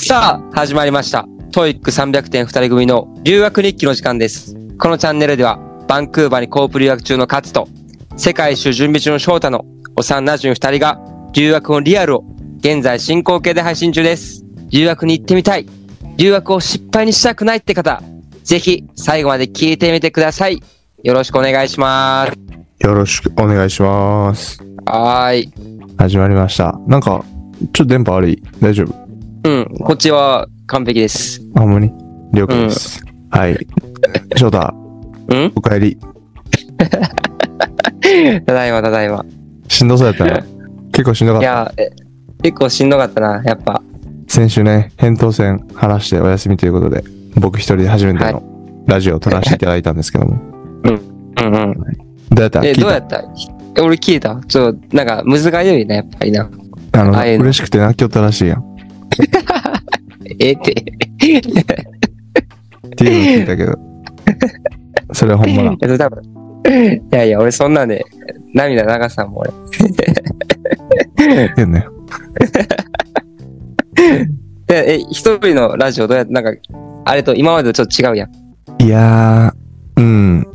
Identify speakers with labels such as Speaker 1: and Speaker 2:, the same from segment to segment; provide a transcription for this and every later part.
Speaker 1: さあ、始まりました。TOEIC300 点二人組の留学日記の時間です。このチャンネルでは、バンクーバーにコープ留学中のカツと、世界一周準備中の翔太の幼馴染二人が、留学のリアルを現在進行形で配信中です。留学に行ってみたい。留学を失敗にしたくないって方、ぜひ最後まで聞いてみてください。よろしくお願いします。
Speaker 2: よろしくお願いします。
Speaker 1: はーい。
Speaker 2: 始まりました。なんか、ちょっと電波悪い。大丈夫
Speaker 1: うん、こっちは完璧です。
Speaker 2: あ、ほんまに了解です。はい。翔太、
Speaker 1: うん
Speaker 2: お帰り。
Speaker 1: ただいま、ただいま。
Speaker 2: しんどそうやったな。結構しんどか
Speaker 1: い
Speaker 2: った。
Speaker 1: や、え結構しんどかったな、やっぱ。
Speaker 2: 先週ね、扁桃腺晴らしてお休みということで、僕一人で初めてのラジオを撮らせていただいたんですけども。
Speaker 1: うんうん。
Speaker 2: どうやった聞
Speaker 1: え、
Speaker 2: いた
Speaker 1: どうやったえ俺聞いたちょっと、なんか、むずがゆいな、やっぱりな。
Speaker 2: あの、
Speaker 1: あええの
Speaker 2: 嬉しくて泣きよったらしいやん。っ
Speaker 1: ええって。
Speaker 2: ていうのを聞いたけど。 それはほんまだ。
Speaker 1: えっと、多分。 いやいや、俺そんなんで、涙流さんもん俺。
Speaker 2: 言うね。
Speaker 1: で、え、一人のラジオどうやって、なんか、あれと今までとちょっと違うやん。
Speaker 2: いやー、うん。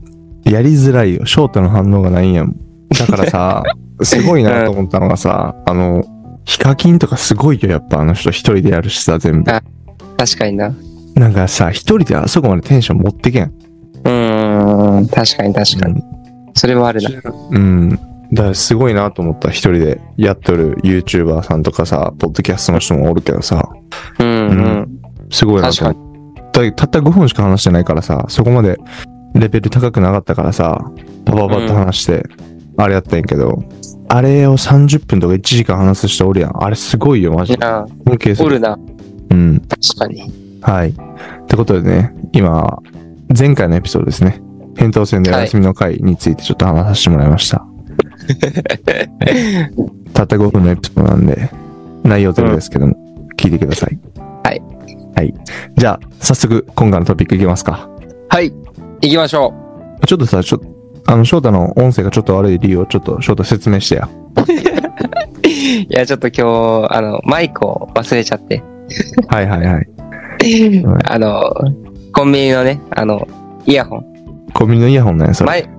Speaker 2: やりづらいよ。翔太の反応がないんやもん。だから さ、すごいなと思ったのがさ、あの、ヒカキンとかすごいよ、やっぱあの人一人でやるしさ、全部。
Speaker 1: 確かにな。う
Speaker 2: なんかさ、一人であそこまでテンション持ってけん。
Speaker 1: ーん、確かに確かに。それはあるな。
Speaker 2: うん。だからすごいなと思った。一人でやっとる YouTuber さんとかさ、ポッドキャストの人もおるけどさ、
Speaker 1: うんうん。
Speaker 2: すごいなと思った。だたった5分しか話してないからさ、そこまでレベル高くなかったからさ、パパパッと話して、あれやったんやけど、あれを30分とか1時間話す人おるやん。あれすごいよ、マジで。
Speaker 1: なあ
Speaker 2: 尊敬す
Speaker 1: お
Speaker 2: る。
Speaker 1: るな。
Speaker 2: うん。
Speaker 1: 確かに。
Speaker 2: はい。ってことでね、今、前回のエピソードですね。返答戦でお休みの回についてちょっと話させてもらいま した。たった5分のエピソードなんで、内容ゼロですけども、聞いてください。
Speaker 1: はい。
Speaker 2: はい。じゃあ、早速、今回のトピックいきますか。
Speaker 1: はい。行きましょ
Speaker 2: ちょっとさ、ちょあの、翔太の音声がちょっと悪い理由をちょっと翔太説明してや。
Speaker 1: う。 いや、ちょっと今日、あの、マイクを忘れちゃって。
Speaker 2: はいはいはい。
Speaker 1: あの、コンビニのね、あの、イヤホン。
Speaker 2: コンビニのイヤホンね、それ。
Speaker 1: マイ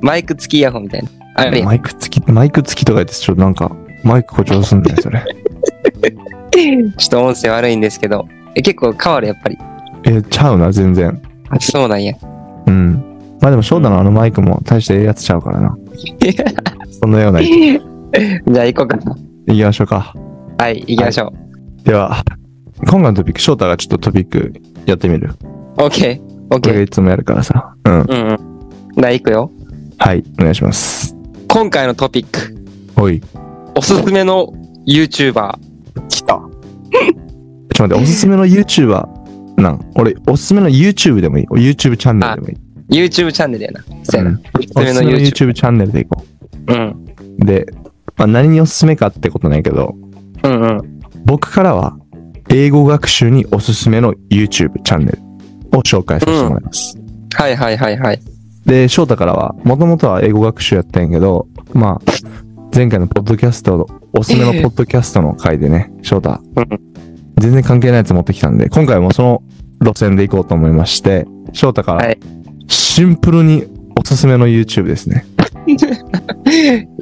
Speaker 1: マイク付きイヤホンみたいな。あれ、
Speaker 2: マイク付き、マイク付きとか言ってちょっとなんか、マイク誇張すんねそれ。
Speaker 1: ちょっと音声悪いんですけど、え結構変わる、やっぱり。
Speaker 2: え、ちゃうな、全然。
Speaker 1: そうなんや。
Speaker 2: うん。まあでも、翔太のあのマイクも大してええやつちゃうから な。そのような、い
Speaker 1: じゃあ行こうかな。
Speaker 2: きましょうか。
Speaker 1: はい、行きましょう。
Speaker 2: では、今回のトピック、翔太がちょっとトピックやってみる。
Speaker 1: オッケー、オッ
Speaker 2: こ
Speaker 1: ケ
Speaker 2: れが
Speaker 1: ー。
Speaker 2: いつもやるからさ。うん。
Speaker 1: うんうん。じゃあ行くよ。
Speaker 2: はい、お願いします。
Speaker 1: 今回のトピック、
Speaker 2: おい。
Speaker 1: おすすめの YouTuber。
Speaker 2: 来た。ちょっと待って、おすすめの YouTuber なん。俺、おすすめの YouTube でもいい。YouTube チャンネルでもいい。
Speaker 1: YouTube チャンネルやな。そうやな。
Speaker 2: うん
Speaker 1: おすす
Speaker 2: お
Speaker 1: め
Speaker 2: す
Speaker 1: の
Speaker 2: すめの
Speaker 1: YouTube。
Speaker 2: YouTube チャンネルでいこ
Speaker 1: うん。
Speaker 2: う。で、まあ、何におすすめかってことないけど、
Speaker 1: うんうん。
Speaker 2: 僕からは、英語学習におすすめの YouTube チャンネルを紹介させてもらいます。
Speaker 1: はいはいはいはい。
Speaker 2: で、翔太からは、もともとは英語学習やったんやけど、まあ、前回のポッドキャストの、おすすめのポッドキャストの回でね、翔太
Speaker 1: うん、
Speaker 2: 全然関係ないやつ持ってきたんで、今回もその路線で行こうと思いまして、翔太か
Speaker 1: は
Speaker 2: ら
Speaker 1: い、
Speaker 2: シンプルにおすすめの YouTube ですね。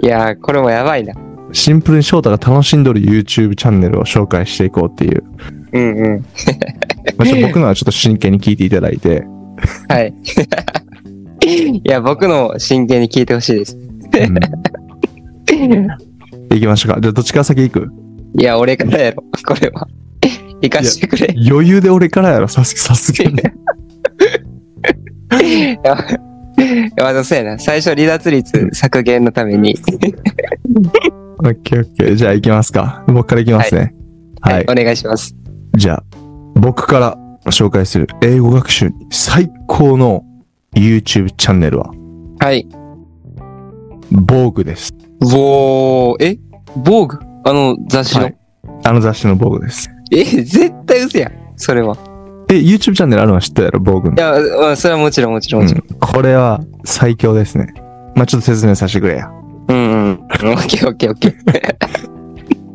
Speaker 1: いやー、これもやばいな。
Speaker 2: シンプルに翔太が楽しんどる YouTube チャンネルを紹介していこうっていう。
Speaker 1: うんうん。
Speaker 2: ま あ、ちょっと僕のはちょっと真剣に聞いていただいて、
Speaker 1: はい。 いや、僕の真剣に聞いてほしいです。
Speaker 2: うん行きましょうか。じゃあ、どっちから先行く
Speaker 1: いや、俺からやろ、 これ は。行かしてくれ。
Speaker 2: 余裕で俺からやろ、さすさすがに。
Speaker 1: いや、まあ、そうやな。最初、離脱率削減のために、
Speaker 2: オッケーオッケー。じゃあ、行きますか。僕から行きますね。は い。
Speaker 1: はい、お願いします。
Speaker 2: じゃあ、僕から紹介する英語学習最高の YouTube チャンネルは、
Speaker 1: はい。
Speaker 2: 防具です。
Speaker 1: ぼー、え防具あの雑誌の、
Speaker 2: はいあの雑誌の防具です。
Speaker 1: え、絶対嘘やん。それは。
Speaker 2: え、YouTube チャンネルあるのは知ったやろ、防具の
Speaker 1: い。や、まあ、それはもちろん、もちろん、もちろん。
Speaker 2: うんこれは最強ですね。まあ、ちょっと説明させてくれ や。
Speaker 1: うんうん。オッケーオッケーオッケー。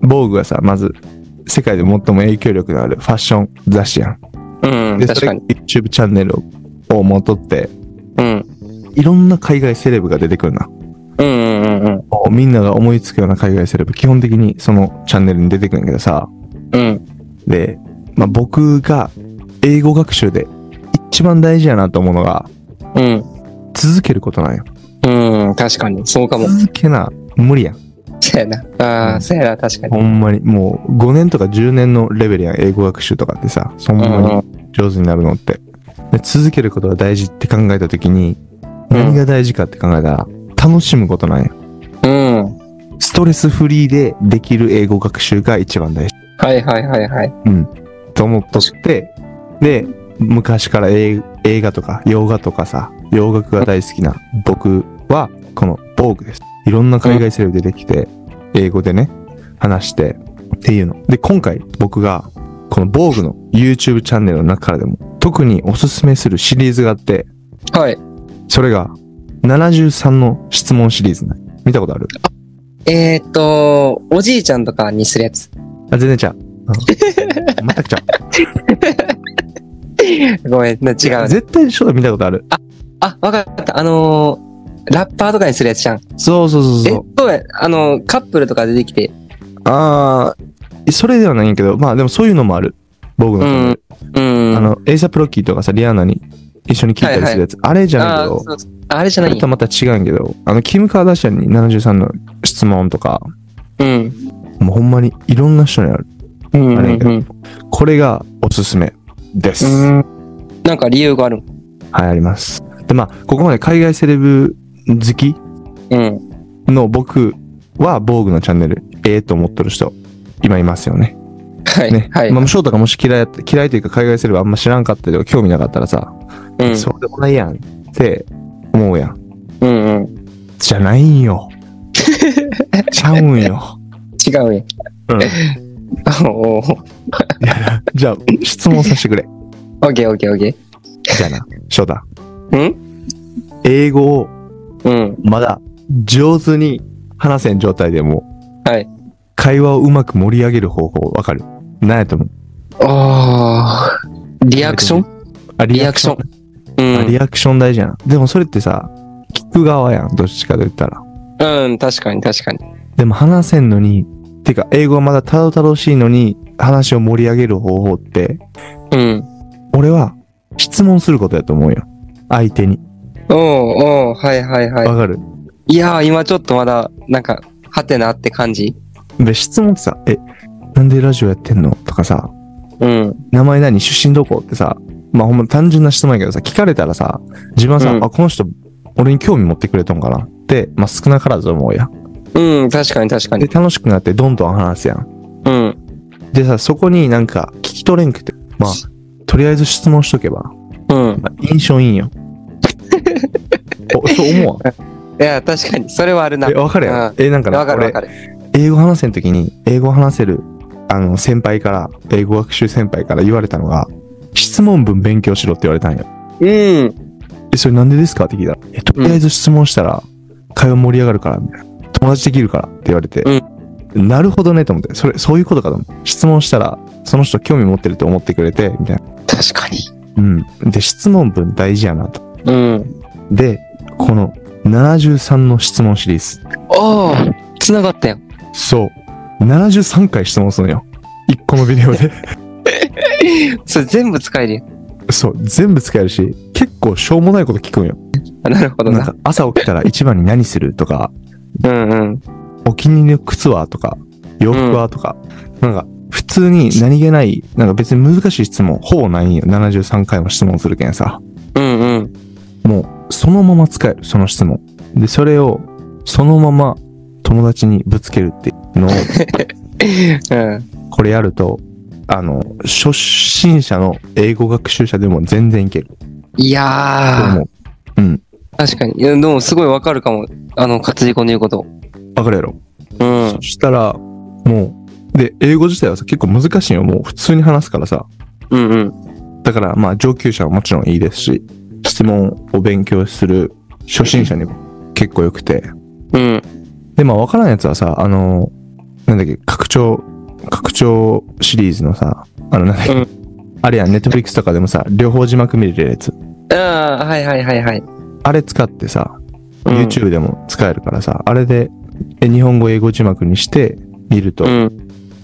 Speaker 2: 防具はさ、まず、世界で最も影響力のあるファッション雑誌やん。
Speaker 1: うん、
Speaker 2: で、
Speaker 1: 確
Speaker 2: それ
Speaker 1: か
Speaker 2: が
Speaker 1: に。
Speaker 2: YouTube チャンネルを元って、
Speaker 1: うん。
Speaker 2: いろんな海外セレブが出てくるな。
Speaker 1: うんうんうんうん。
Speaker 2: もうみんなが思いつくような海外セレブ、基本的にそのチャンネルに出てくるんやけどさ。
Speaker 1: うん。
Speaker 2: で、まあ、僕が英語学習で一番大事やなと思うのが、
Speaker 1: うん。
Speaker 2: 続けることなんよ。
Speaker 1: うん。確かに。そうかも。
Speaker 2: 続けな、無理やん。
Speaker 1: そうやな。ああ、そうやな。確かに。
Speaker 2: ほんまに、もう5年とか10年のレベルやん、英語学習とかってさ、そん
Speaker 1: う
Speaker 2: なんに上手になるのって。で続けることが大事って考えたときに、何が大事かって考えたら、楽しむことなんや。
Speaker 1: うん。うん。
Speaker 2: ストレスフリーでできる英語学習が一番大事。
Speaker 1: はいはいはいはい。
Speaker 2: うん。と思っとって、で、昔から映映画とか洋画とかさ、洋楽が大好きな僕は、このボーグです。いろんな海外セレブ出てきて、英語でね、話してっていうの。で、今回僕が、このボーグの YouTube チャンネルの中からでも、特におすすめするシリーズがあって、
Speaker 1: はい。
Speaker 2: それが、73の質問シリーズね。見たことある
Speaker 1: えーっと、おじいちゃんとかにするやつ。
Speaker 2: あ、全然ちゃう。 うん全くちゃう。
Speaker 1: ごめん、な違うね。
Speaker 2: 絶対ショート見たことある。
Speaker 1: あ、わかった。あのー、ラッパーとかにするやつじゃん。
Speaker 2: そうそうそう
Speaker 1: え、
Speaker 2: そう。
Speaker 1: そうや。あのー、カップルとか出てきて。
Speaker 2: ああ、それではないんやけど、まあでもそういうのもある。僕
Speaker 1: う
Speaker 2: の、
Speaker 1: ん。うん。
Speaker 2: あの、エイサプロッキーとかさ、リアーナに一緒に聞いたりするやつ。あれじゃない
Speaker 1: あ
Speaker 2: け
Speaker 1: ー、
Speaker 2: ど、
Speaker 1: そうそうあれじゃ
Speaker 2: あ
Speaker 1: な
Speaker 2: れ
Speaker 1: い
Speaker 2: とまた違うんやけど、あの、キム・カーダシャンに73の質問とか、
Speaker 1: うん。
Speaker 2: もうほんまにいろんな人にある。
Speaker 1: うんうん
Speaker 2: あれやけ
Speaker 1: う
Speaker 2: ど
Speaker 1: ん。
Speaker 2: これがおすすめです。
Speaker 1: うんなんか理由がある。
Speaker 2: はい、あります。で、まあ、ここまで海外セレブ好き
Speaker 1: うん。
Speaker 2: の僕は、防具のチャンネル、ええと思ってる人、今いますよね。
Speaker 1: はい。
Speaker 2: ね、
Speaker 1: はい。
Speaker 2: まあ、翔太がもし嫌いやった嫌いというか海外セレブあんま知らんかったりとか興味なかったらさ、
Speaker 1: うん
Speaker 2: そうでもないやんって思うやん。
Speaker 1: うんうん。
Speaker 2: じゃない んよ。ちゃうんよ。
Speaker 1: 違うやん。
Speaker 2: うん、
Speaker 1: おー
Speaker 2: じゃあ、質問させてくれ。
Speaker 1: オッケーオッケーオッケ
Speaker 2: じゃあな、翔太。
Speaker 1: うん
Speaker 2: 英語を
Speaker 1: ー。うん。
Speaker 2: まだ上手に話せん状態でも、
Speaker 1: はい。
Speaker 2: 会話をうまく盛り上げる方法わかる何やと思う
Speaker 1: あー。リアクション
Speaker 2: あ、
Speaker 1: リアクション。う
Speaker 2: あ
Speaker 1: ん。
Speaker 2: リアクション大事やん。でもそれってさ、聞く側やん。どっちかと言ったら。
Speaker 1: うん、確かに確かに。
Speaker 2: でも話せんのに、てか英語はまだたどたどしいのに話を盛り上げる方法って、
Speaker 1: うん。
Speaker 2: 俺は質問することやと思うよ。相手に。
Speaker 1: おーおー、はいはいはい
Speaker 2: わ、。かる
Speaker 1: いやー、今ちょっとまだ、なんか、はてなって感じ。
Speaker 2: で、質問ってさ、え、なんでラジオやってんのとかさ、
Speaker 1: うん。
Speaker 2: 名前何出身どこってさ、まあほんま単純な質問やけどさ、聞かれたらさ、自分はさ、
Speaker 1: うん
Speaker 2: あ、この人、俺に興味持ってくれとんかなって、まあ少なからず思うやん。
Speaker 1: うん、確かに確か
Speaker 2: で、
Speaker 1: に。
Speaker 2: 楽しくなってどんどん話すやん。
Speaker 1: うん。
Speaker 2: でさ、そこになんか聞き取れんくて、まあ、とりあえず質問しとけば、
Speaker 1: うん。
Speaker 2: まあ印象い いんよ。おそう思うわ。
Speaker 1: いや、確かに。それはあるな。
Speaker 2: え、わかるやん。え、なんか
Speaker 1: わ
Speaker 2: な、
Speaker 1: かるわ
Speaker 2: 俺
Speaker 1: か、る。
Speaker 2: 英語話せんときに、英語話せる、あの、先輩から、英語学習先輩から言われたのが、質問文勉強しろって言われたんよ。
Speaker 1: うん。
Speaker 2: え、それなんでですかって聞いたら、え、とりあえず質問したら、会話盛り上がるから、みたいな。友達できるからって言われて、なるほどねと思って、それ、そういうことかと思って、質問したら、その人興味持ってると思ってくれて、みたいな。
Speaker 1: 確かに。
Speaker 2: うん。で、質問文大事やなと。
Speaker 1: うん。
Speaker 2: で、この73の質問シリーズ。
Speaker 1: おー、繋がったよ。
Speaker 2: そう。73回質問するのよ。1個のビデオで。
Speaker 1: それ全部使えるよ。
Speaker 2: そう。全部使えるし、結構しょうもないこと聞くんよ。
Speaker 1: あなるほど
Speaker 2: なん
Speaker 1: な。
Speaker 2: か朝起きたら一番に何するとか、
Speaker 1: うんうん。
Speaker 2: お気に入りの靴はとか、洋服はとか、なんか普通に何気ない、なんか別に難しい質問ほぼないんよ。73回も質問するけんさ。
Speaker 1: うんうん。
Speaker 2: もうそのまま使える、その質問。で、それをそのまま友達にぶつけるっていうのを、
Speaker 1: うん。
Speaker 2: これやると、あの、初心者の英語学習者でも全然いける
Speaker 1: い
Speaker 2: と
Speaker 1: やー、
Speaker 2: 思う。うん。
Speaker 1: 確かに。いやでも、すごいわかるかも。あの、活字子の言うこと。
Speaker 2: わかるやろ、
Speaker 1: うん
Speaker 2: そ。したら、もう、で、英語自体はさ、結構難しいよ。もう普通に話すからさ。
Speaker 1: うんうん。
Speaker 2: だから、まあ、上級者はもちろんいいですし、質問を勉強する初心者にも結構良くて。
Speaker 1: うん。
Speaker 2: で、まあ、わからんやつはさ、あの、なんだっけ、拡張拡張シリーズのさ、あの、なんだっけ、
Speaker 1: うん
Speaker 2: あれやん、ネットフリックスとかでもさ、両方字幕見れるやつ。
Speaker 1: ああ、はいはいはいはい。
Speaker 2: あれ使ってさ、
Speaker 1: うん
Speaker 2: YouTube でも使えるからさ、あれで、え日本語英語字幕にして見ると、
Speaker 1: うん。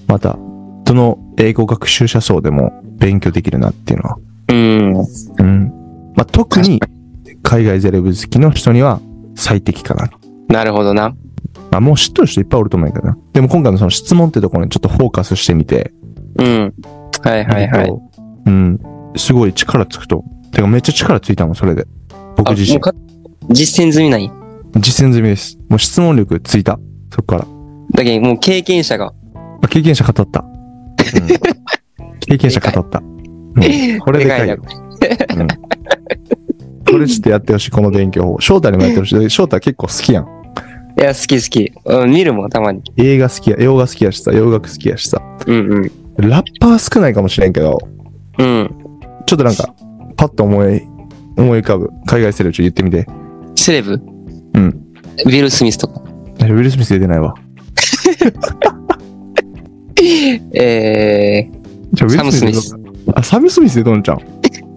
Speaker 2: また、どの英語学習者層でも勉強できるなっていうのは。
Speaker 1: うん。
Speaker 2: うん。まあ、特に、海外ゼレブ好きの人には最適かな。
Speaker 1: なるほどな。
Speaker 2: まあ、もう知っとる人いっぱいおると思うんやけどな。でも今回のその質問ってところにちょっとフォーカスしてみて、
Speaker 1: うん。はいはいはい。
Speaker 2: うん。すごい力つくと。てかめっちゃ力ついたもん、それで。僕
Speaker 1: あ
Speaker 2: 自
Speaker 1: もう
Speaker 2: 身。
Speaker 1: か実践済みない
Speaker 2: 実践済みです。もう質問力ついた。そっから。
Speaker 1: だけどもう経験者が。
Speaker 2: あ経験者語った。うん経験者語った。うんこれでかいよ。うんこれちょっとやってほしい、この勉強法。翔太にもやってほしい。で翔太結構好きやん。
Speaker 1: いや、好き好き。うん、見るもん、たまに。
Speaker 2: 映画好きや、洋画好きやしさ、洋楽好きやしさ。
Speaker 1: うんうん。
Speaker 2: ラッパー少ないかもしれんけど、
Speaker 1: うん。
Speaker 2: ちょっとなんか、パッと思い、思い浮かぶ。海外セレブちょっと言ってみて。
Speaker 1: セレブ
Speaker 2: うん。
Speaker 1: ウィル・スミスとか。
Speaker 2: えウィル・スミス出てないわ。
Speaker 1: えー、
Speaker 2: じゃあ
Speaker 1: サムスミス。
Speaker 2: あ、サム・スミス出とんちゃん。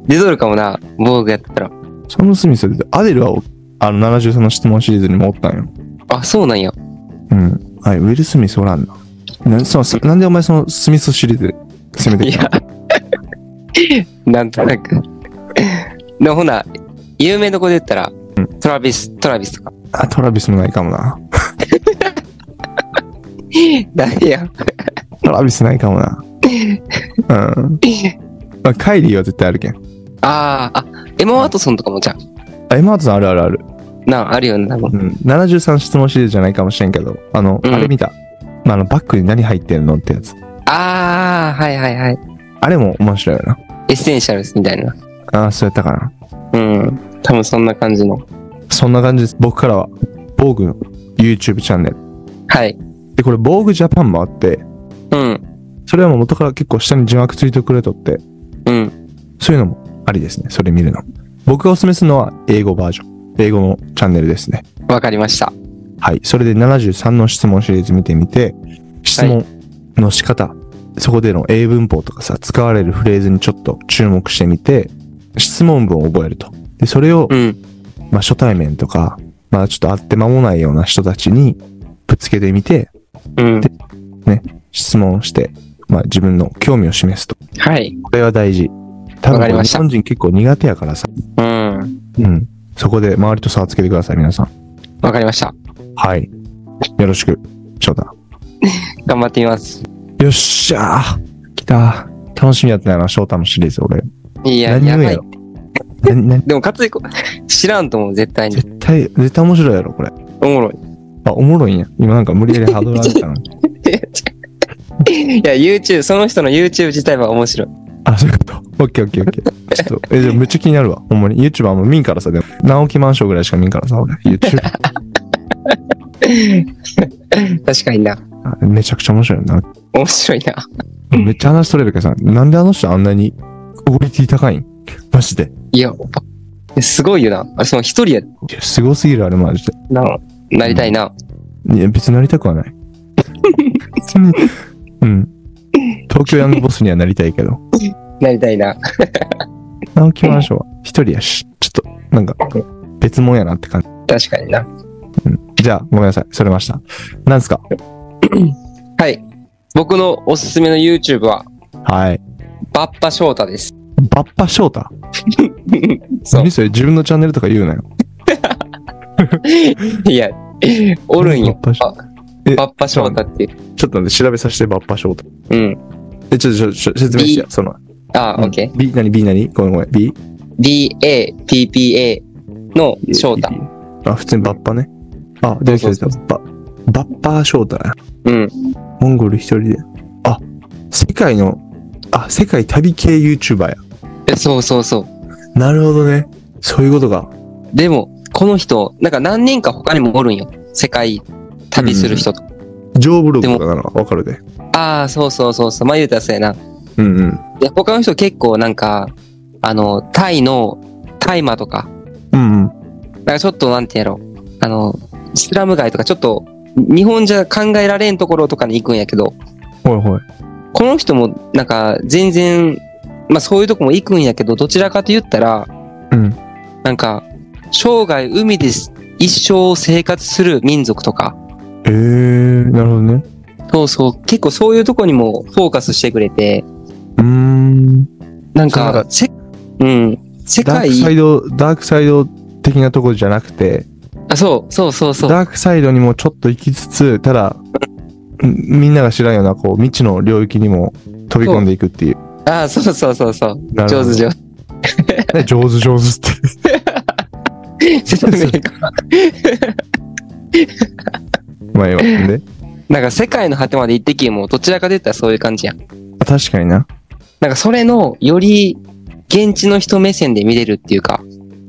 Speaker 1: 出とるかもな、防具やったら。
Speaker 2: サム・スミス出て、アデルはおあの73の質問シリーズにもおったんよ。
Speaker 1: あ、そうなんや。
Speaker 2: うん。はい、ウィル・スミスおらんな。なそのすなんでお前そのスミスシリーズ攻めて
Speaker 1: い
Speaker 2: きた
Speaker 1: や、なんとなく。でほな、有名どこで言ったら、トラビス、トラビスとか。
Speaker 2: あ、トラビスもないかもな。
Speaker 1: 誰や。
Speaker 2: トラビスないかも な。うん。まあ、カイリーは絶対あるけん。
Speaker 1: あー、あ、エマ・ワトソンとかもじゃん。
Speaker 2: あ、エマートさんあるあるある。
Speaker 1: なあ、あるよね、多分。
Speaker 2: うん。73質問シリーズじゃないかもしれんけど、あの、
Speaker 1: うん
Speaker 2: あれ見た。まあ、あの、バッグに何入ってるのってやつ。
Speaker 1: あー、はいはいはい。
Speaker 2: あれも面白いよな。
Speaker 1: エッセンシャルスみたいな。
Speaker 2: ああ、そうやったか
Speaker 1: う
Speaker 2: な。
Speaker 1: ん。多分そんな感じの。
Speaker 2: そんな感じです。僕からは、防具の YouTube チャンネル。
Speaker 1: はい。
Speaker 2: で、これ、防具ジャパンもあって、
Speaker 1: うん。
Speaker 2: それはもう元から結構下に字幕ついてくれとって、
Speaker 1: うん。
Speaker 2: そういうのもありですね。それ見るの。僕がおすすめするのは、英語バージョン。英語のチャンネルですね。
Speaker 1: わかりました。
Speaker 2: はい。それで73の質問シリーズ見てみて、質問の仕方、そこでの英文法とかさ、使われるフレーズにちょっと注目してみて、質問文を覚えると。で、それを
Speaker 1: うん。
Speaker 2: まあ、初対面とか、まあ、ちょっと会って間もないような人たちにぶつけてみて、
Speaker 1: うん。
Speaker 2: 質問して、まあ、自分の興味を示すと。
Speaker 1: はい。
Speaker 2: これは大事。多
Speaker 1: わ
Speaker 2: 分
Speaker 1: かりまし
Speaker 2: 日
Speaker 1: た
Speaker 2: 本人結構苦手やからさ。
Speaker 1: うん。
Speaker 2: うん。そこで周りと差をつけてください、皆さん。
Speaker 1: わかりました。
Speaker 2: はい。よろしく。翔太。
Speaker 1: 頑張ってみます。
Speaker 2: よっしゃー来た楽しみやったよな、翔太のシリーズ、俺。
Speaker 1: いや、
Speaker 2: 何
Speaker 1: や
Speaker 2: 言うん
Speaker 1: ば
Speaker 2: や
Speaker 1: い
Speaker 2: ろ。。なな
Speaker 1: でも、かついこ、 知らんと思う、絶対に。
Speaker 2: 絶対、絶対面白いやろ、これ。
Speaker 1: おもろい。
Speaker 2: あ、おもろいんや。今なんか無理やりハードル上げたの。
Speaker 1: いや、YouTube、その人の YouTube 自体は面白い。
Speaker 2: あ、そういうこと。オッケーオッケーオッケー。ちょっと、え、じゃあめっちゃ気になるわ。ほんまに。YouTuber も見んからさ、でも、直木マンションぐらいしか見んからさ、俺。YouTube。
Speaker 1: 確かにな。
Speaker 2: あめちゃくちゃ面白いよな。
Speaker 1: 面白いな。
Speaker 2: めっちゃ話取れるけどさ、なんであの人あんなにクオリティ高いんマジで。
Speaker 1: いや、すごいよな。あ、その一人や
Speaker 2: いやすごすぎる、あれマジで。
Speaker 1: な。なりたいな。
Speaker 2: いや、別になりたく はない。別に、うん。東京ヤングボスにはなりたいけど、
Speaker 1: なりたいな。
Speaker 2: 直木マンションは一人やし、ちょっと、なんか、別物やなって感じ。
Speaker 1: 確かにな。
Speaker 2: じゃあ、ごめんなさい。それました。なんですか
Speaker 1: はい。僕のおすすめの YouTube は、
Speaker 2: はい。
Speaker 1: バッパ翔太 です。
Speaker 2: バッパ翔 太。
Speaker 1: そう
Speaker 2: 何。それ自分のチャンネルとか言うなよ。
Speaker 1: いや、おるんよ。
Speaker 2: バッパ翔え
Speaker 1: バッパ翔太っていう。
Speaker 2: ちょっとね、調べさせて、バッパショート。
Speaker 1: うん。
Speaker 2: え、ちょ、ちょ、ちょ説明してよ、その。
Speaker 1: あ、オッケー。
Speaker 2: ー。B、何 ?B 何ごめんごめん。B?
Speaker 1: BAPPA の翔太。。
Speaker 2: あ、普通にバッパね。あ、出てきた、出てきた。ババッパーショートや。
Speaker 1: うん。
Speaker 2: モンゴル一人で。あ、世界の、あ、世界旅系 YouTuber や。
Speaker 1: えそうそうそう。
Speaker 2: なるほどね。そういうことか。
Speaker 1: でも、この人、なんか何人か他にもおるんよ。世界旅する人とか。
Speaker 2: ジョーブログとかなのわかるで。
Speaker 1: ああ、そうそうそうそう。まあ言うたらそうやな。
Speaker 2: うんうん。
Speaker 1: で、他の人結構なんか、あの、タイの大麻とか、
Speaker 2: うんうん。
Speaker 1: なんかちょっとなんてやろう。あの、スラム街とかちょっと、日本じゃ考えられんところとかに行くんやけど、
Speaker 2: はいはい。
Speaker 1: この人もなんか全然、まあそういうとこも行くんやけど、どちらかと言ったら、
Speaker 2: うん。
Speaker 1: なんか、生涯海です一生生活する民族とか、
Speaker 2: えー、なるほどね。
Speaker 1: そうそう、結構そういうとこにもフォーカスしてくれて、
Speaker 2: うーん。
Speaker 1: なん
Speaker 2: そうな
Speaker 1: か
Speaker 2: んか、
Speaker 1: せうん、世
Speaker 2: ダー
Speaker 1: 界
Speaker 2: ク、サイド、ダークサイド的なところじゃなくて、
Speaker 1: あ、そう、そうそうそう、
Speaker 2: ダークサイドにもちょっと行きつつ、ただ、んみんなが知らんような、こう、未知の領域にも飛び込んでいくっていう。
Speaker 1: あ、そうそうそうそう、
Speaker 2: なる
Speaker 1: 上
Speaker 2: ほど
Speaker 1: 手上手。
Speaker 2: ね上手上手って。
Speaker 1: 説明が
Speaker 2: まあ、ええわで。
Speaker 1: なんか世界の果てまで行ってきも、どちらかと言ったらそういう感じやん。
Speaker 2: あ確かにな。
Speaker 1: なんかそれの、より、現地の人目線で見れるっていうか、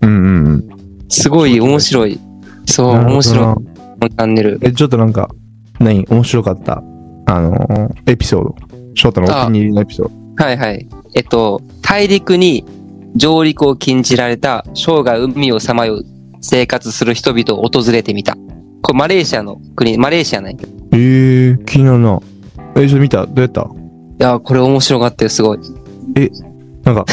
Speaker 2: うんうんうん。
Speaker 1: すごい面白い。そう、
Speaker 2: なるほどな
Speaker 1: 面白い。このチャンネル。
Speaker 2: え、ちょっとなんか、何面白かった。あのーエピソード。翔太のお気に入りのエピソード。
Speaker 1: はいはい。えっと、大陸に上陸を禁じられた生涯海をさまよう生活する人々を訪れてみた。これマレーシアの国、マレーシアないけど。い
Speaker 2: えー、気になるな。え、それ見たどうやった
Speaker 1: やー、これ面白かったよ、すごい。
Speaker 2: な んか、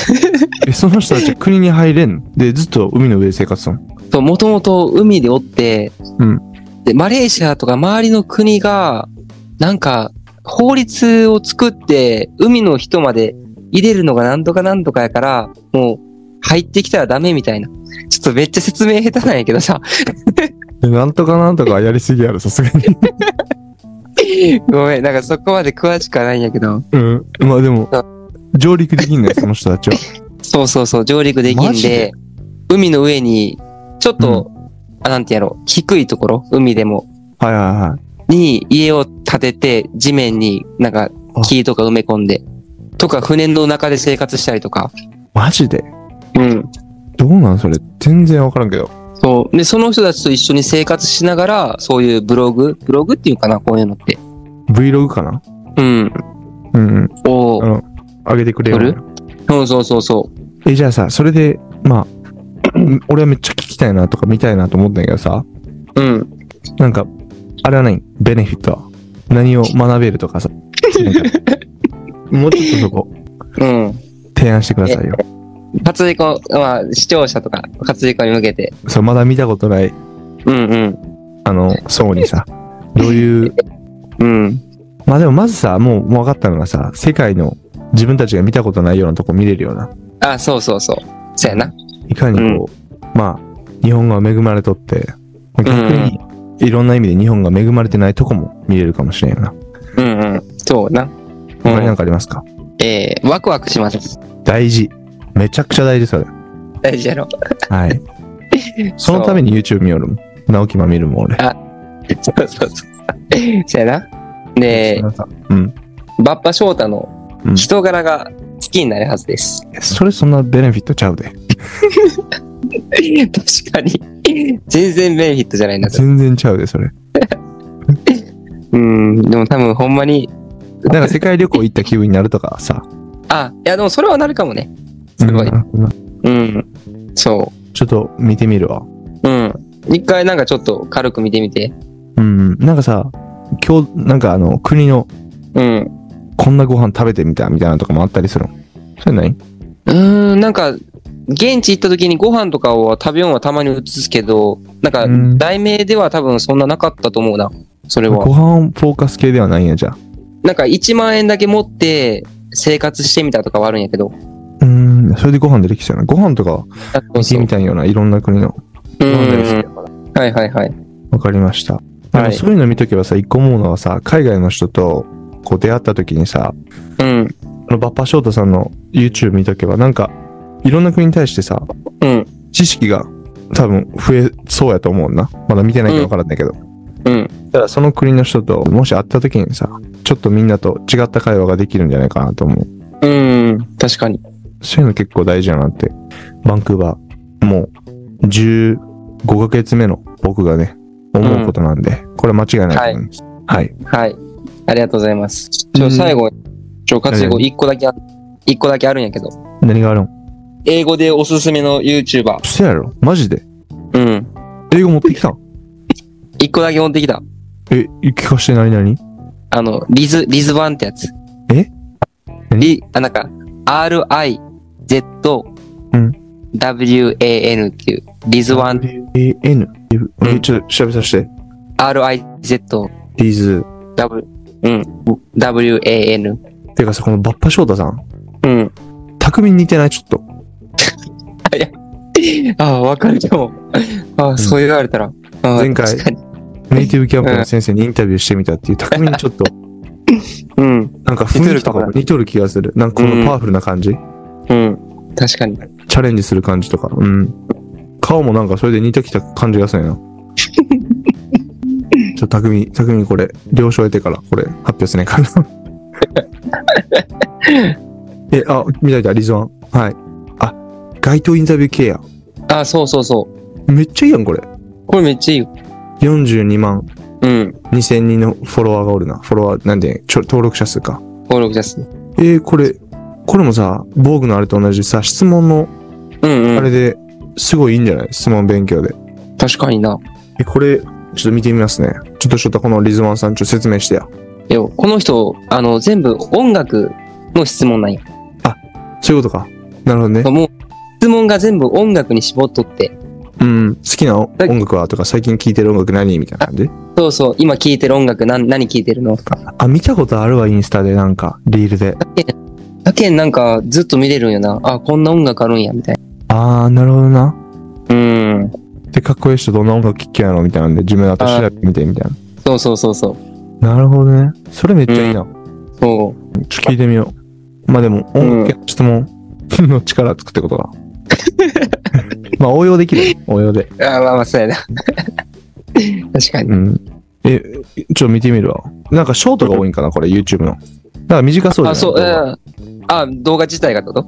Speaker 2: え、その人たち国に入れんで、ずっと海の上で生活するの
Speaker 1: と、もともと海でおって、
Speaker 2: うん
Speaker 1: で、マレーシアとか周りの国が、なんか、法律を作って、海の人まで入れるのがなんとかなんとかやから、もう、入ってきたらダメみたいな。ちょっとめっちゃ説明下手なんやけどさ。
Speaker 2: えなんとかなんとかやりす ぎやろ、さすがに。
Speaker 1: ごめん、なんかそこまで詳しくはないんやけど。
Speaker 2: うん。まあでも、上陸できんねその人 たちは。
Speaker 1: そうそうそう、上陸できん
Speaker 2: マ
Speaker 1: で、
Speaker 2: ジで
Speaker 1: 海の上に、ちょっと、あなんてやろう、低いところ、海でも、
Speaker 2: はいはいはい。
Speaker 1: に家を建てて、地面になんか
Speaker 2: あ
Speaker 1: 木とか埋め込んで、とか船の中で生活したりとか。
Speaker 2: マジで
Speaker 1: うん。
Speaker 2: どうなんそれ全然わからんけど。
Speaker 1: そう。で、その人たちと一緒に生活しながら、そういうブログ、ブログっていうかな、こういうのって。
Speaker 2: Vlog かな
Speaker 1: うん。
Speaker 2: うんうん。
Speaker 1: を
Speaker 2: あ、の、上げてくれよ
Speaker 1: 撮るそうそうそうそう。
Speaker 2: え、じゃあさ、それで、まあ、 ん俺はめっちゃ聞きたいなとか見たいなと思ったんやけどさ、
Speaker 1: うん。
Speaker 2: なんか、あれは何ベネフィットは何を学べるとかさ、なんかもうちょっとそこ、
Speaker 1: うん。
Speaker 2: 提案してくださいよ。
Speaker 1: 活字子、まあ、視聴者とか、活字子に向けて。
Speaker 2: そう、まだ見たことない、
Speaker 1: うん
Speaker 2: あの、層にさ、どういう、
Speaker 1: うん。うん。
Speaker 2: まあでもまずさ、もうもう分かったのがさ、世界の自分たちが見たことないようなとこ見れるような、
Speaker 1: あ、そうそうそう。そうやな。
Speaker 2: いかにこう、まあ、日本が恵まれとって、逆に、いろんな意味で日本が恵まれてないとこも見れるかもしれんよな。
Speaker 1: うんうん。そうな。
Speaker 2: 他に
Speaker 1: う
Speaker 2: なんんかありますか、
Speaker 1: えー、ワクワクします。
Speaker 2: 大事。めちゃくちゃ大事それ。
Speaker 1: 大事や ろ。
Speaker 2: はい。 そのために YouTube 見よるもん。直樹も見るもん、俺。
Speaker 1: そうそうそう。そうやな。で、
Speaker 2: うん。
Speaker 1: バッパ翔太の
Speaker 2: うん
Speaker 1: 人柄が好きになるはずです。
Speaker 2: それそんなベネフィットちゃうで。
Speaker 1: 確かに。全然ベネフィットじゃないな。
Speaker 2: 全然ちゃうで、それ。
Speaker 1: うん。でも多分ほんまに、
Speaker 2: なんか世界旅行行った気分になるとかさ。
Speaker 1: あ、いやでもそれはなるかもね。すごい。
Speaker 2: うん
Speaker 1: うん。そ
Speaker 2: ちょっと見てみるわ。
Speaker 1: う。うん。一回なんかちょっと軽く見てみて。
Speaker 2: うん。なんかさ、今日、なんかあの、国の
Speaker 1: うん。
Speaker 2: こんなご飯食べてみたみたいなのとかもあったりするのそれ何
Speaker 1: うーん、なんか、現地行った時にご飯とかを食べようはたまに移すけど、なんか
Speaker 2: うん、
Speaker 1: 題名では多分そんななかったと思うな。それ
Speaker 2: ご
Speaker 1: は。
Speaker 2: 飯フォーカス系ではないんや、じゃあ。
Speaker 1: なんか1万円だけ持って生活してみたとかはあるんやけど。
Speaker 2: うん。それでご飯出てきちゃうな。ご飯とか見てみたいような、いろんな国の。
Speaker 1: う
Speaker 2: ご飯大好き
Speaker 1: ん。はいはいはい。
Speaker 2: わかりました。
Speaker 1: はい
Speaker 2: でもそういうの見とけばさ、一個思うのはさ、海外の人とこう出会った時にさ、
Speaker 1: うん。
Speaker 2: あのバッパ翔太さんの YouTube 見とけば、なんか、いろんな国に対してさ、
Speaker 1: うん。
Speaker 2: 知識が多分増えそうやと思うな。まだ見てないからわからんだけど。
Speaker 1: うん。
Speaker 2: ただその国の人と、もし会った時にさ、ちょっとみんなと違った会話ができるんじゃないかなと思う。
Speaker 1: うん。確かに。
Speaker 2: そういうの結構大事やなって。バンクーバー、もう、15ヶ月目の僕がね、思うことなんで、これは間違いないと思います。はい
Speaker 1: はい。ありがとうございます。ちょ、最後、ちょ、かつご1個だけあ、一個だけあるんやけど。
Speaker 2: 何があるん
Speaker 1: 英語でおすすめの YouTuber。
Speaker 2: せやろマジで
Speaker 1: うん。
Speaker 2: 英語持ってきたん
Speaker 1: 1個だけ持ってきた。
Speaker 2: え、聞かして何々
Speaker 1: あの、リズ、リズ版ってやつ。
Speaker 2: え
Speaker 1: リ、あ、なんか、RI、Z、
Speaker 2: うん。
Speaker 1: WAN っていう、リズワン、
Speaker 2: A N。えちょっと調べさせて。
Speaker 1: RIZ、
Speaker 2: ディーズ。
Speaker 1: W、うん、WAN。
Speaker 2: てかさ、このバッパ翔太さん。
Speaker 1: うん。
Speaker 2: 匠に似てないちょっと。
Speaker 1: ああ、わかるかも。ああ、そう言われたら。ああ
Speaker 2: 前回
Speaker 1: 確かに
Speaker 2: ネイティブキャンプの先生にインタビューしてみたっていう、匠にちょっと、
Speaker 1: うん、
Speaker 2: なんか雰囲気とかも似とる気がする。なんかこのパワフルな感じ。
Speaker 1: うん。確かに。
Speaker 2: チャレンジする感じとか。うん。顔もなんかそれで似てきた感じがするな。ちょ、匠、匠これ、了承得てから、これ、発表すねえからな。え、あ、見た見た、リゾワン。はい。あ、街頭インタビュー系や。
Speaker 1: ああ、そうそうそう。
Speaker 2: めっちゃいいやん、これ。
Speaker 1: これめっちゃいいよ。
Speaker 2: 42万
Speaker 1: うん。
Speaker 2: 2000人のフォロワーがおるな。フォロワー、なんで、ちょ登録者数か。
Speaker 1: 登録です。
Speaker 2: えー、これ、これもさ、防具のあれと同じでさ、質問の、
Speaker 1: うんうん。
Speaker 2: あれですごいいいんじゃない質問勉強で。
Speaker 1: 確かにな。
Speaker 2: え、これ、ちょっと見てみますね。ちょっとちょっとこのリズワンさん、ちょっと説明してや。
Speaker 1: でもこの人、あの、全部音楽の質問なんや。
Speaker 2: そういうことか。なるほどね。
Speaker 1: もう、質問が全部音楽に絞っとって、
Speaker 2: うん。好きな音楽はとか、最近聴いてる音楽何みたいな感じ
Speaker 1: そうそう、今聴いてる音楽、なん何聴いてるのとか。
Speaker 2: あ、見たことあるわ、インスタで、なんか、リールで。
Speaker 1: だけんなんか、ずっと見れるんやな。あ、こんな音楽あるんや、みたいな。
Speaker 2: あー、なるほどな。
Speaker 1: うん。
Speaker 2: で、かっこいい人どんな音楽聴きやろみたいなんで、自分で後調べてみてみたい
Speaker 1: そうそうそうそう。
Speaker 2: な。なるほどね。それめっちゃいいな。
Speaker 1: そ
Speaker 2: ちょっと聞いてみよう。まあでも、 音楽系の質問の力つくってことだ。まあ応用できる。応用で。
Speaker 1: う。あまあまあ、そうや な。確かに。
Speaker 2: うん。え、ちょっと見てみるわ。なんかショートが多いんかな、これ、YouTube の。なんか短そうじゃない
Speaker 1: あ、そう、
Speaker 2: 動画
Speaker 1: うんあ、動画自体がってこと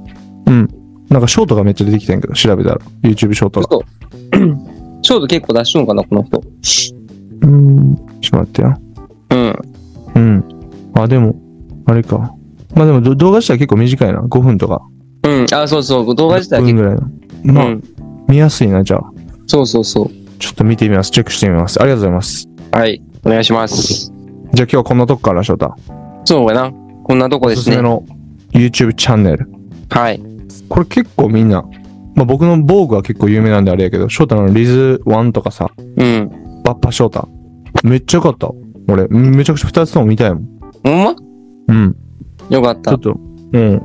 Speaker 2: なんかショートがめっちゃ出てきたんやけど、調べたら。YouTube ショートが。
Speaker 1: そう。 ショート結構出しとんかな、この人。
Speaker 2: うーん。ちょっと待ってよ。
Speaker 1: うん。
Speaker 2: うん。あ、でも、あれか。まあでもど動画自体結構短いな。5分とか。
Speaker 1: うん。あ、そうそう。動画自体
Speaker 2: 5
Speaker 1: 結
Speaker 2: 分
Speaker 1: 構。
Speaker 2: ぐらいの。まあ、
Speaker 1: うん。
Speaker 2: 見やすいな、じゃあ。
Speaker 1: そうそうそう。
Speaker 2: ちょっと見てみます。チェックしてみます。ありがとうございます。
Speaker 1: はい。お願いします。
Speaker 2: じゃあ今日はこんなとこから、翔太。
Speaker 1: そうやな。こんなとこで
Speaker 2: おす
Speaker 1: す
Speaker 2: すめ
Speaker 1: ね。
Speaker 2: の YouTube チャンネル。
Speaker 1: はい。
Speaker 2: これ結構みんな、まあ、僕の防具は結構有名なんであれやけど、翔太のリズワンとかさ、
Speaker 1: うん。
Speaker 2: バッパ翔太。めっちゃよかった。俺、めちゃくちゃ2つとも見たいもん。
Speaker 1: ほんま
Speaker 2: うん。
Speaker 1: よかっ。
Speaker 2: ちょったと、うん。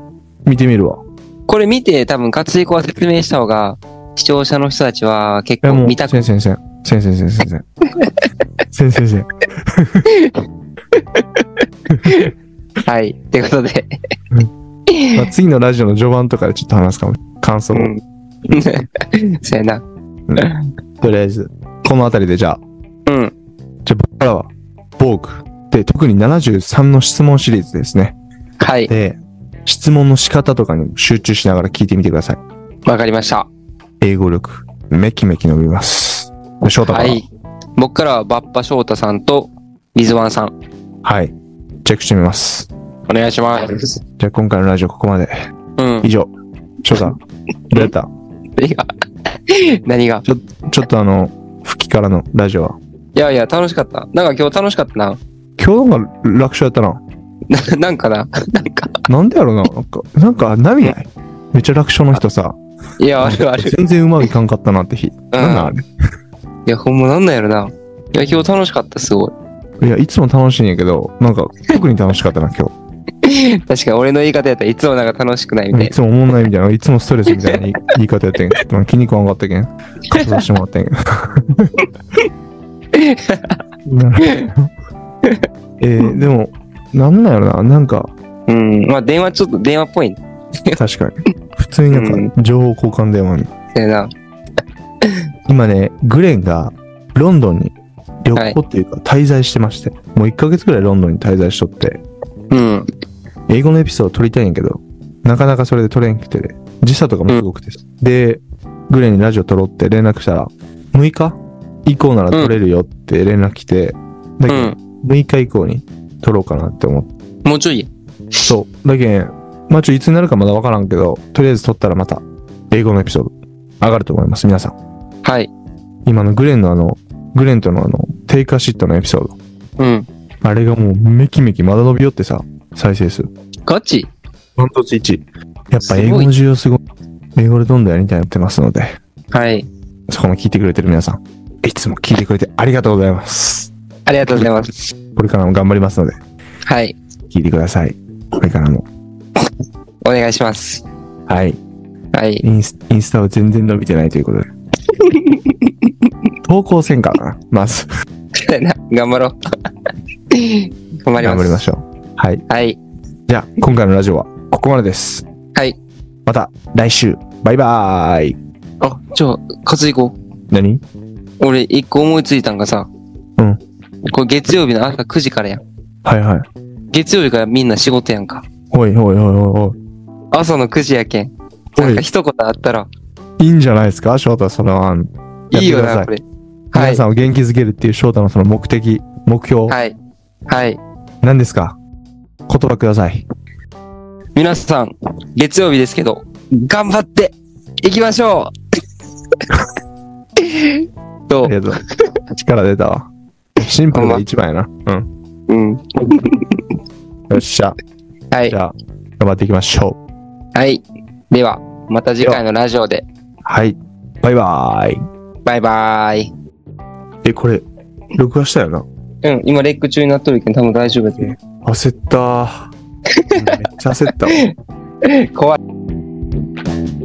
Speaker 2: 見てみるわ。
Speaker 1: これ見て、多分、活躍は説明した方が、視聴者の人たちは結
Speaker 2: いや
Speaker 1: 構
Speaker 2: もう、
Speaker 1: 見たく、
Speaker 2: 先生、先生、先生、先生、先生。先生、先
Speaker 1: はい。ってことで。
Speaker 2: 生。まあ、次のラジオの序盤とかでちょっと話すかも。感想
Speaker 1: う
Speaker 2: を。
Speaker 1: ん。そうやな。
Speaker 2: とりあえず、このあたりでじゃあ、
Speaker 1: うん。
Speaker 2: じゃあ僕からは、防具。で、特に73の質問シリーズですね。
Speaker 1: はい。
Speaker 2: で、質問の仕方とかにも集中しながら聞いてみてください。
Speaker 1: わかりました。
Speaker 2: 英語力、めきめき伸びます。で翔太か
Speaker 1: は
Speaker 2: ら。
Speaker 1: い。僕からは、バッパ翔太さんと、リズワンさん。
Speaker 2: はい。チェックしてみます。
Speaker 1: お願いします。
Speaker 2: じゃあ今回のラジオここまで。
Speaker 1: うん
Speaker 2: 以。上。翔太、どうやった
Speaker 1: 何が何が
Speaker 2: ちょっとあの、吹きからのラジオは。
Speaker 1: いやいや、楽しかった。なんか今日楽しかったな。
Speaker 2: 今日の方が楽勝やったな。
Speaker 1: ななんかな。なんか。
Speaker 2: なんでやろうな。なんか、なんか波ないめっちゃ楽勝の人さ、
Speaker 1: いや、あるある。
Speaker 2: 全然うまくいかんかったなって日。
Speaker 1: う
Speaker 2: なんなんあ
Speaker 1: ん。
Speaker 2: れ。
Speaker 1: いや、ほんまなんなんやろな。いや、今日楽しかった、すごい。
Speaker 2: いや、いつも楽しいんやけど、なんか、特に楽しかったな、今日。
Speaker 1: 確かに俺の言い方やったらいつもなんか楽しくないみたい
Speaker 2: いつも思んないみたいな、いつもストレスみたいな 言い言い方やってんけど、気に食わんかったけん。カットさせてもら ってんけ ど。なるほどえー、でも、なんなんやろな、なんか、
Speaker 1: な。うん。まあ電話ちょっと電話っぽいね。
Speaker 2: 確かに。普通になんか、情報交換電話に。
Speaker 1: そうやな。
Speaker 2: 今ね、グレンが、ロンドンに旅行っていうか、滞在してまして、もう1ヶ月ぐらいロンドンに滞在しとって、
Speaker 1: うん。
Speaker 2: 英語のエピソード撮りたいんやけど、なかなかそれで撮れんくて、時差とかもすごくて、で、グレンにラジオ撮ろうって連絡したら、6日以降なら撮れるよって連絡来て、だ
Speaker 1: う
Speaker 2: けど、
Speaker 1: ん。
Speaker 2: 6日以降に撮ろうかなって思って、
Speaker 1: もうちょいや。
Speaker 2: そう。だけん、まあちょ、いつになるかまだわからんけど、とりあえず撮ったらまた、英語のエピソード、上がると思います、皆さん。
Speaker 1: はい。
Speaker 2: 今のグレンのあの、グレンとのあの、テイクアシットのエピソード、
Speaker 1: うん。
Speaker 2: あれがもうめきめきまだ伸びよってさ、再生数。
Speaker 1: ガチ
Speaker 2: ダントツ1位。やっ
Speaker 1: す
Speaker 2: ぱ
Speaker 1: ごい
Speaker 2: 英語の需要すごい。英語でどんどんやりたいなってますので、
Speaker 1: はい。
Speaker 2: そこの聞いてくれてる皆さん、いつも聞いてくれてありがとうございます。
Speaker 1: ありがとうございます。
Speaker 2: これからも頑張りますので、
Speaker 1: はい。
Speaker 2: 聞いてください。これからも。
Speaker 1: お願いします。
Speaker 2: はい。
Speaker 1: はい。
Speaker 2: インスインスタは全然伸びてないという ことで。投稿せんからな、まず。
Speaker 1: 頑張ろう。 頑張ります。
Speaker 2: 頑張りましょう。はい。
Speaker 1: はい。
Speaker 2: じゃあ、今回のラジオはここまでです。
Speaker 1: はい。
Speaker 2: また来週。バイバーイ。
Speaker 1: あ、じゃあ、カツ行こう。
Speaker 2: 何
Speaker 1: 俺、一個思いついたんがさ。
Speaker 2: うん。
Speaker 1: これ月曜日の朝9時からやん。
Speaker 2: はいはい。
Speaker 1: 月曜日からみんな仕事やんか。
Speaker 2: おいおいおいおい
Speaker 1: 朝の9時やけん。
Speaker 2: おい。
Speaker 1: なんか一言あったら、
Speaker 2: いいんじゃないですか翔太その案。
Speaker 1: い
Speaker 2: やって
Speaker 1: いよ
Speaker 2: くださ
Speaker 1: な、
Speaker 2: い
Speaker 1: これ。は
Speaker 2: 皆
Speaker 1: い
Speaker 2: さ。んを元気づけるっていう翔太のその目的、目標、
Speaker 1: はい。はい。
Speaker 2: 何ですか言葉ください。
Speaker 1: 皆さん、月曜日ですけど、頑張っていきまし ょうと
Speaker 2: あり、がとう。力出たわ。シンプルが一番やな。うん。
Speaker 1: うん。
Speaker 2: よっしゃ。
Speaker 1: は
Speaker 2: じ
Speaker 1: い。
Speaker 2: ゃあ、頑張っていきましょう。
Speaker 1: はい。では、また次回のラジオで。
Speaker 2: はい。バイバーイ。
Speaker 1: バイバーイ。
Speaker 2: え、これ、録画したよな。
Speaker 1: うん、今レック中になっとるけん、多分大丈夫やと思
Speaker 2: 焦ったー。めっちゃ焦った
Speaker 1: う。怖
Speaker 2: わ。
Speaker 1: い。